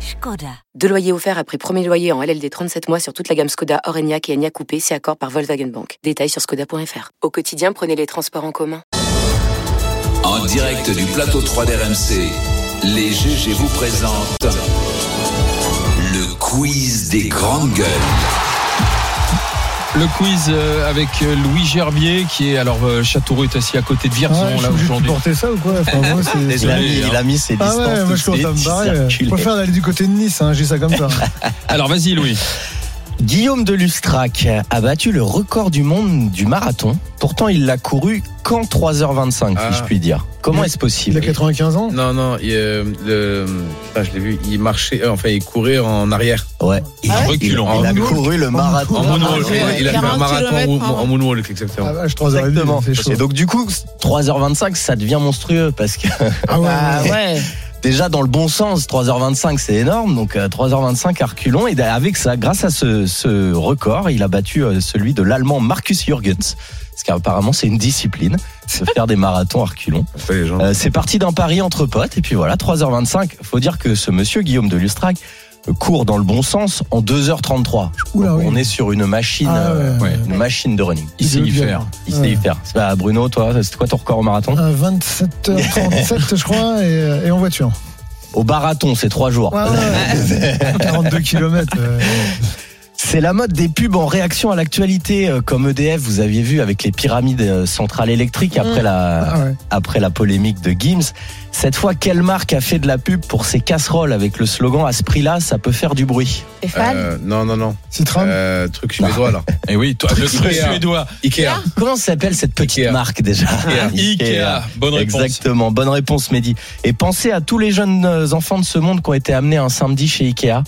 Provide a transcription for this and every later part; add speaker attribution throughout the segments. Speaker 1: Skoda. Deux loyers offerts après premier loyer en LLD 37 mois sur toute la gamme Skoda, Orenia et Enya Coupé, c'est accord par Volkswagen Bank. Détails sur skoda.fr. Au quotidien, prenez les transports en commun.
Speaker 2: En direct du plateau 3 d'RMC, les GG vous présentent le quiz des grandes gueules.
Speaker 3: Le quiz euh, avec euh, Louis Gerbier qui est alors euh, Châteauroux est assis à côté de Vierzon
Speaker 4: Ouais, je
Speaker 3: là
Speaker 4: suis obligé de
Speaker 3: aujourd'hui.
Speaker 4: porter ça ou quoi Enfin, moi, c'est-
Speaker 5: Il a, mis, il a mis ses
Speaker 4: Ah
Speaker 5: distances
Speaker 4: ouais, moi je
Speaker 5: toutes
Speaker 4: commence à me barrer. euh.
Speaker 5: faites,
Speaker 4: Je préfère aller du côté de Nice, hein, j'ai ça comme ça.
Speaker 3: Alors vas-y Louis.
Speaker 5: Guillaume de Lustrac a battu le record du monde du marathon. Pourtant, il l'a couru qu'en 3h25,
Speaker 6: Ah.
Speaker 5: si je puis dire. Comment est-ce
Speaker 4: Il
Speaker 5: possible
Speaker 4: a 95 ans
Speaker 6: Non, non, il, euh, le- putain, je l'ai vu, il marchait, euh, enfin, il courait en arrière.
Speaker 5: Ouais. Il,
Speaker 3: Ah ouais
Speaker 5: il- il
Speaker 3: Reculant.
Speaker 5: a
Speaker 4: En
Speaker 5: couru le
Speaker 4: moonwalk.
Speaker 5: marathon. Ah
Speaker 3: En moonwalk.
Speaker 6: Il a- il a fait un
Speaker 7: 40
Speaker 6: marathon
Speaker 7: kilomètres,
Speaker 6: en, en moonwalk,
Speaker 4: Ah
Speaker 6: exactement.
Speaker 4: vache, 3h30,
Speaker 5: Exactement.
Speaker 4: c'est chaud.
Speaker 5: Et donc du coup, 3h25, ça devient monstrueux parce que
Speaker 4: Ah ouais,
Speaker 5: Bah, ouais. déjà dans le bon sens, 3h25 c'est énorme, donc euh, 3h25 à reculons et avec ça, grâce à ce, ce record, il a battu euh, celui de l'allemand Marcus Jürgens. Parce qu'apparemment c'est une discipline, de faire des marathons à reculons.
Speaker 6: Après, les gens.
Speaker 5: Euh, c'est parti d'un pari entre potes et puis voilà, 3h25, faut dire que ce monsieur Guillaume de Lustrac euh, court dans le bon sens en 2h33.
Speaker 4: Oula,
Speaker 5: Donc, On
Speaker 4: oui.
Speaker 5: est sur une machine,
Speaker 4: Ah,
Speaker 5: euh,
Speaker 4: ouais.
Speaker 5: une machine de running.
Speaker 3: Il sait y
Speaker 4: Guillaume.
Speaker 3: faire.
Speaker 5: Il sait y faire. Bah, Bruno, toi, c'est quoi ton record au marathon
Speaker 4: Un 27h37 je crois et, et en voiture.
Speaker 5: Au marathon, c'est trois jours.
Speaker 4: Ouais, ouais, ouais. 42 km.
Speaker 5: C'est la mode des pubs en réaction à l'actualité, euh, comme EDF, vous aviez vu avec les pyramides euh, centrales électriques après, la,
Speaker 4: Ah ouais.
Speaker 5: après la polémique de Gims. Cette fois, quelle marque a fait de la pub pour ses casseroles avec le slogan à ce prix-là, ça peut faire du bruit
Speaker 7: Stéphane
Speaker 6: Euh, non, non, non.
Speaker 4: Citram
Speaker 6: Euh, truc suédois, là.
Speaker 3: Et oui, toi, le truc
Speaker 6: Ikea.
Speaker 3: suédois.
Speaker 6: Ikea.
Speaker 5: Comment s'appelle cette petite
Speaker 6: Ikea.
Speaker 5: marque déjà
Speaker 3: Ikea. Bonne réponse.
Speaker 5: Exactement, bonne réponse Mehdi. Et pensez à tous les jeunes euh, enfants de ce monde qui ont été amenés un samedi chez Ikea.
Speaker 4: Ah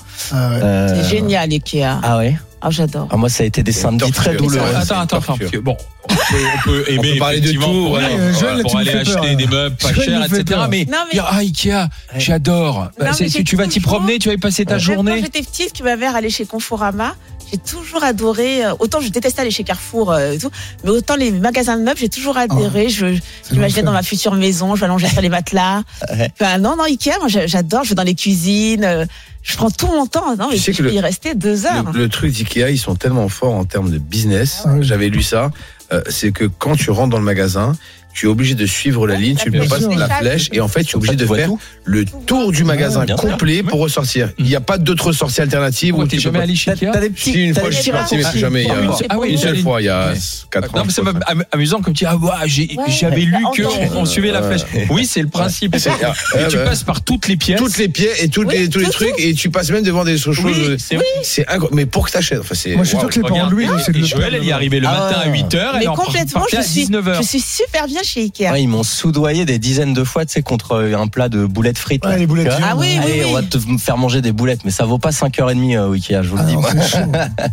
Speaker 4: ouais.
Speaker 5: Euh,
Speaker 7: C'est génial, Ikea.
Speaker 5: Ah ouais
Speaker 7: Ah, j'adore.
Speaker 5: Ah, Moi ça a été des samedis
Speaker 6: torture.
Speaker 5: très douloureux.
Speaker 6: Ouais,
Speaker 3: attends,
Speaker 6: c'est
Speaker 3: attends,
Speaker 6: une
Speaker 3: enfin,
Speaker 6: torture.
Speaker 3: bon, on peut, on peut aimer
Speaker 6: peut parler de
Speaker 3: effectivement,
Speaker 6: tout,
Speaker 3: voilà,
Speaker 4: ouais, euh, Joël,
Speaker 3: pour
Speaker 4: tu me
Speaker 3: aller
Speaker 4: fais
Speaker 3: acheter
Speaker 4: peur,
Speaker 3: des meubles pas
Speaker 4: Joël me
Speaker 3: chers,
Speaker 4: fait
Speaker 3: etc.
Speaker 4: peur.
Speaker 3: Mais,
Speaker 7: Non, mais-
Speaker 3: dire, ah Ikea, j'adore. Bah,
Speaker 7: Non,
Speaker 3: c'est-
Speaker 7: mais
Speaker 3: tu,
Speaker 7: j'ai
Speaker 3: tu vas t'y
Speaker 7: toujours-
Speaker 3: promener, tu vas y passer ta
Speaker 7: Même Quand
Speaker 3: journée.
Speaker 7: j'étais petite, ce qui m'a vers aller chez Conforama, j'ai toujours adoré. euh, Autant je détestais aller chez Carrefour euh, et tout, mais autant les magasins de meubles, j'ai toujours adoré. Je
Speaker 4: c'est
Speaker 7: J'imaginais
Speaker 4: l'enfer.
Speaker 7: dans ma future maison, je vais allonger sur les matelas. Enfin, non, non, Ikea, moi, j'a- j'adore. Je vais dans les cuisines, euh, je prends tout mon temps. Non,
Speaker 6: Tu
Speaker 7: mais
Speaker 6: sais
Speaker 7: je
Speaker 6: que
Speaker 7: peux
Speaker 6: le-
Speaker 7: y rester deux heures.
Speaker 6: Le, le truc d'IKEA, ils sont tellement forts en termes de business.
Speaker 4: Ah oui.
Speaker 6: J'avais lu ça. euh, c'est que quand tu rentres dans le magasin, tu es obligé de suivre Ah, la ligne, tu ne
Speaker 4: bien
Speaker 6: peux pas
Speaker 4: sûr.
Speaker 6: la flèche, et en fait, tu es obligé de faire le tour du
Speaker 3: Ah,
Speaker 6: magasin
Speaker 5: bien sûr.
Speaker 6: complet pour ressortir. Il n'y a pas d'autres sorties alternatives
Speaker 3: Oh,
Speaker 6: où
Speaker 3: Mm. T'es
Speaker 6: tu
Speaker 3: jamais
Speaker 6: peux pas-
Speaker 3: allé chez Ikea
Speaker 5: des
Speaker 6: Si une
Speaker 5: t'as
Speaker 6: fois
Speaker 5: des
Speaker 6: je suis
Speaker 5: petits
Speaker 6: parti, mais
Speaker 5: raccourcis.
Speaker 6: c'est jamais. euh,
Speaker 7: Ah,
Speaker 3: Ah oui,
Speaker 6: Une seule
Speaker 3: j'allais-
Speaker 6: fois, il y a
Speaker 3: Ouais.
Speaker 6: 4 ans.
Speaker 3: Non, mais ça
Speaker 6: je
Speaker 3: m'a
Speaker 6: crois.
Speaker 3: am- amusant comme tu dis, ah, ouah, j'ai-
Speaker 7: Ouais.
Speaker 3: j'avais lu
Speaker 7: Ah,
Speaker 3: que
Speaker 7: encore.
Speaker 3: on suivait la
Speaker 6: Ouais.
Speaker 3: flèche. Oui, c'est le principe.
Speaker 6: C'est- ah,
Speaker 3: Et
Speaker 6: ouais,
Speaker 3: tu
Speaker 6: ouais.
Speaker 3: passes par toutes les pièces.
Speaker 6: toutes les pièces et toutes
Speaker 7: Oui,
Speaker 6: les, tous les
Speaker 7: tout,
Speaker 6: trucs, et tu passes même devant des choses.
Speaker 3: Oui, c'est
Speaker 6: C'est incroyable. Mais pour que t'achètes, enfin, c'est.
Speaker 4: Moi je suis sûr
Speaker 6: waouh.
Speaker 4: que les parents de
Speaker 3: Regarde,
Speaker 4: Louis, c'est
Speaker 3: Et
Speaker 4: de
Speaker 3: Joël, elle y est arrivée le
Speaker 5: Ah.
Speaker 3: matin à 8h,
Speaker 7: Mais
Speaker 3: elle en
Speaker 7: complètement,
Speaker 3: partait
Speaker 7: je
Speaker 3: à
Speaker 7: suis, je
Speaker 3: 19h.
Speaker 7: suis super bien chez Ikea.
Speaker 5: Ouais, ils m'ont soudoyé des dizaines de fois, tu sais, contre euh, un plat de boulettes frites.
Speaker 4: Ouais,
Speaker 5: là.
Speaker 4: les boulettes.
Speaker 5: Tu vois
Speaker 7: Ah oui, oui,
Speaker 5: Allez,
Speaker 7: oui.
Speaker 5: on va te me faire manger des boulettes, mais ça vaut pas 5h30 euh, au Ikea, je vous le dis. moi.
Speaker 4: Ah, c'est chaud.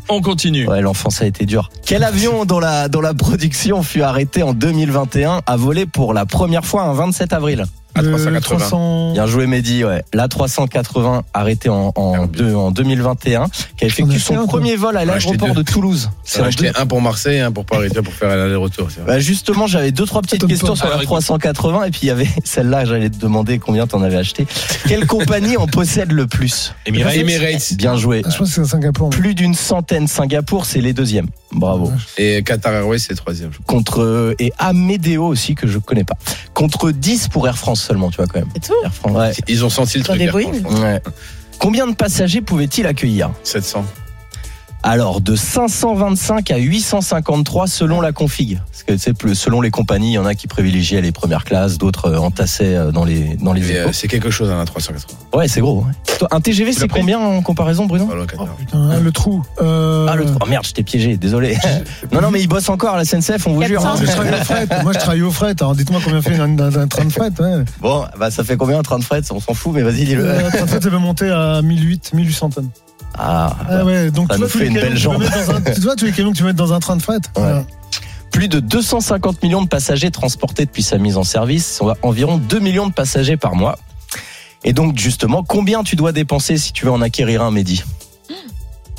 Speaker 3: On continue.
Speaker 5: Ouais, l'enfance a été dure. Quel avion dont la, dont la production fut arrêtée en 2021 a volé pour la première fois un 27 avril
Speaker 6: À
Speaker 4: Le
Speaker 6: 380.
Speaker 4: 300.
Speaker 5: Bien joué Mehdi, ouais. La 380 arrêtée en, en, deux- en 2021, qui a effectué
Speaker 4: acheté un,
Speaker 5: son
Speaker 4: toi.
Speaker 5: premier vol à
Speaker 6: a acheté
Speaker 5: l'aéroport de
Speaker 6: deux.
Speaker 5: Toulouse. C'est
Speaker 6: J'en ai
Speaker 5: en
Speaker 6: acheté un pour Marseille, un pour Paris, tu vois, pour faire l'aller-retour. c'est vrai.
Speaker 5: Bah, justement, j'avais deux trois petites
Speaker 4: Tom
Speaker 5: questions
Speaker 4: Tom.
Speaker 7: Ah,
Speaker 5: sur la
Speaker 3: Alors, écoute.
Speaker 5: 380 et puis il y avait celle-là, j'allais te demander combien t'en avais acheté. Quelle compagnie en possède le plus
Speaker 3: Emirates.
Speaker 6: Emirates
Speaker 5: Bien joué.
Speaker 4: Ah, Je pense que c'est à Singapour. mais-
Speaker 5: Plus d'une centaine Singapour, c'est les deuxièmes. Bravo.
Speaker 6: et Qatar Airways, c'est troisième. je crois.
Speaker 5: Contre et Amedeo aussi que je connais pas. Contre 10 pour Air France seulement, tu vois quand même.
Speaker 7: C'est tout.
Speaker 5: Air France. Ouais.
Speaker 6: Ils ont senti le
Speaker 7: Sur
Speaker 6: truc.
Speaker 7: des
Speaker 6: Air France,
Speaker 7: Boeing
Speaker 6: je pense.
Speaker 5: Ouais. Combien de passagers pouvait-il accueillir
Speaker 6: 700.
Speaker 5: Alors de 525 à 853 selon la config. Parce que c'est plus selon les compagnies, il y en a qui privilégiaient les premières classes, d'autres euh, entassaient euh, dans les dans les
Speaker 6: Mais, euh,
Speaker 5: épaules.
Speaker 6: C'est quelque chose, hein, un 380.
Speaker 5: Ouais, c'est gros. ouais. Toi, Un TGV, c'est
Speaker 6: l'as pris
Speaker 5: combien en comparaison, Bruno
Speaker 6: Voilà, Qatar.
Speaker 4: Oh putain, le trou. Euh,
Speaker 5: Ah, le trois. Oh, merde, je t'ai piégé, désolé. non, non, mais il bosse encore à la SNCF, on vous jure. hein.
Speaker 4: Je travaille au fret. Moi, je travaille au fret. Alors, dites-moi combien fait un, un- un train de fret. Ouais.
Speaker 5: Bon, bah ça fait combien un train de fret On s'en fout, mais vas-y, dis-le.
Speaker 4: Euh, Un train de fret, ça peut monter à 1800, 1800 tonnes.
Speaker 5: Ah,
Speaker 4: Ah ouais, donc
Speaker 5: Ça
Speaker 4: tu
Speaker 5: nous
Speaker 4: vois, tous
Speaker 5: fait
Speaker 4: les
Speaker 5: une
Speaker 4: camions
Speaker 5: belle
Speaker 4: que tu peux
Speaker 5: jambe.
Speaker 4: mettre dans un- tu vois tous les camions que tu peux mettre dans un train de fret.
Speaker 5: Ouais.
Speaker 4: Voilà.
Speaker 5: Plus de 250 millions de passagers transportés depuis sa mise en service, soit environ 2 millions de passagers par mois. Et donc justement, combien tu dois dépenser si tu veux en acquérir un, Mehdi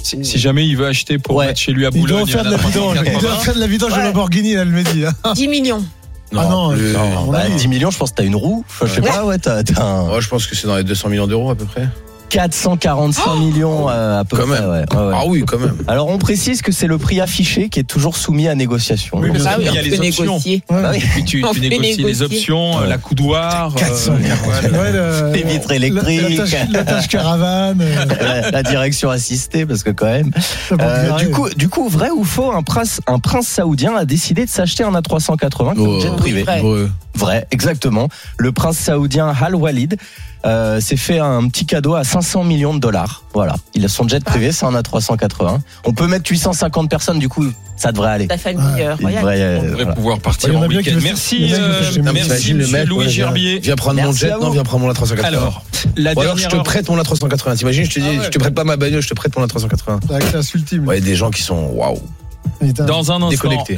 Speaker 3: Si jamais il veut acheter pour
Speaker 5: Ouais.
Speaker 3: mettre chez lui à
Speaker 4: Il doit
Speaker 3: Boulogne,
Speaker 4: faire de la
Speaker 3: il y en a
Speaker 4: vidange. Il doit
Speaker 3: 380.
Speaker 4: faire de la vidange à
Speaker 7: Ouais.
Speaker 4: Lamborghini, là, le midi. hein.
Speaker 7: 10 millions.
Speaker 6: Oh.
Speaker 4: Ah non,
Speaker 6: plus.
Speaker 4: euh, non.
Speaker 5: Bah,
Speaker 4: oui.
Speaker 5: 10 millions, je pense que t'as une roue. Enfin, je sais
Speaker 6: Ouais.
Speaker 5: pas, ouais, t'as t'as un
Speaker 6: Oh, je pense que c'est dans les 200 millions d'euros à peu près.
Speaker 5: 445 millions euh, à peu
Speaker 6: Quand
Speaker 5: près.
Speaker 6: même.
Speaker 5: ouais, ouais, ouais.
Speaker 6: Ah oui, quand même.
Speaker 5: Alors on précise que c'est le prix affiché qui est toujours soumis à négociation.
Speaker 3: Oui,
Speaker 5: Donc,
Speaker 3: parce
Speaker 7: Bah
Speaker 3: que
Speaker 7: oui,
Speaker 3: il y a
Speaker 7: on
Speaker 3: les
Speaker 7: peut
Speaker 3: options.
Speaker 7: négocier.
Speaker 4: Ouais.
Speaker 5: Ah oui.
Speaker 3: Puis tu,
Speaker 7: On
Speaker 3: tu
Speaker 7: fait
Speaker 3: négocies les
Speaker 7: négocier.
Speaker 3: options, euh, la coudoir. euh,
Speaker 4: 400 millions.
Speaker 3: voilà.
Speaker 4: Ouais, le-
Speaker 5: Les vitres
Speaker 4: la-
Speaker 5: électriques.
Speaker 4: la tâche- La tâche caravane. euh,
Speaker 5: la, la direction assistée parce que quand même.
Speaker 4: ça porte
Speaker 5: Euh,
Speaker 4: bien
Speaker 5: du
Speaker 4: rêve.
Speaker 5: coup, du coup, vrai ou faux, un prince, un prince saoudien a décidé de s'acheter un A380 comme
Speaker 6: Oh.
Speaker 5: jet privé.
Speaker 7: Vrai.
Speaker 6: Heureux.
Speaker 5: Vrai, exactement. Le prince saoudien Al Walid euh, s'est fait un petit cadeau à 500 millions de dollars. Voilà, il a son jet privé, c'est un A380. On peut mettre 850 personnes, du coup, ça devrait aller.
Speaker 7: Ta famille euh,
Speaker 5: Il
Speaker 7: royale.
Speaker 5: devrait, euh,
Speaker 3: On devrait
Speaker 5: voilà.
Speaker 3: pouvoir
Speaker 4: Il y
Speaker 3: partir
Speaker 4: en a
Speaker 3: en
Speaker 4: bien qui
Speaker 3: week-end.
Speaker 4: le- il
Speaker 3: Merci,
Speaker 4: y en a qui le
Speaker 3: euh,
Speaker 4: font chez
Speaker 6: Putain,
Speaker 4: moi.
Speaker 3: merci
Speaker 6: t'imagines le
Speaker 3: Monsieur
Speaker 6: mec,
Speaker 3: Louis
Speaker 6: ouais, viens-
Speaker 3: Gerbier.
Speaker 6: Viens prendre mon
Speaker 5: Merci à
Speaker 6: jet. Non,
Speaker 5: vous.
Speaker 6: viens prendre mon A380.
Speaker 3: Alors, la
Speaker 6: Ou alors je
Speaker 3: dernière
Speaker 6: te
Speaker 3: heure-
Speaker 6: prête mon A380. T'imagines, je te dis,
Speaker 3: Ah ouais.
Speaker 6: je te prête pas ma bagnole, je te prête mon A380.
Speaker 4: La classe ultime.
Speaker 6: Ouais, des gens qui sont waouh.
Speaker 4: Putain.
Speaker 3: dans un instant,
Speaker 6: Déconnecté.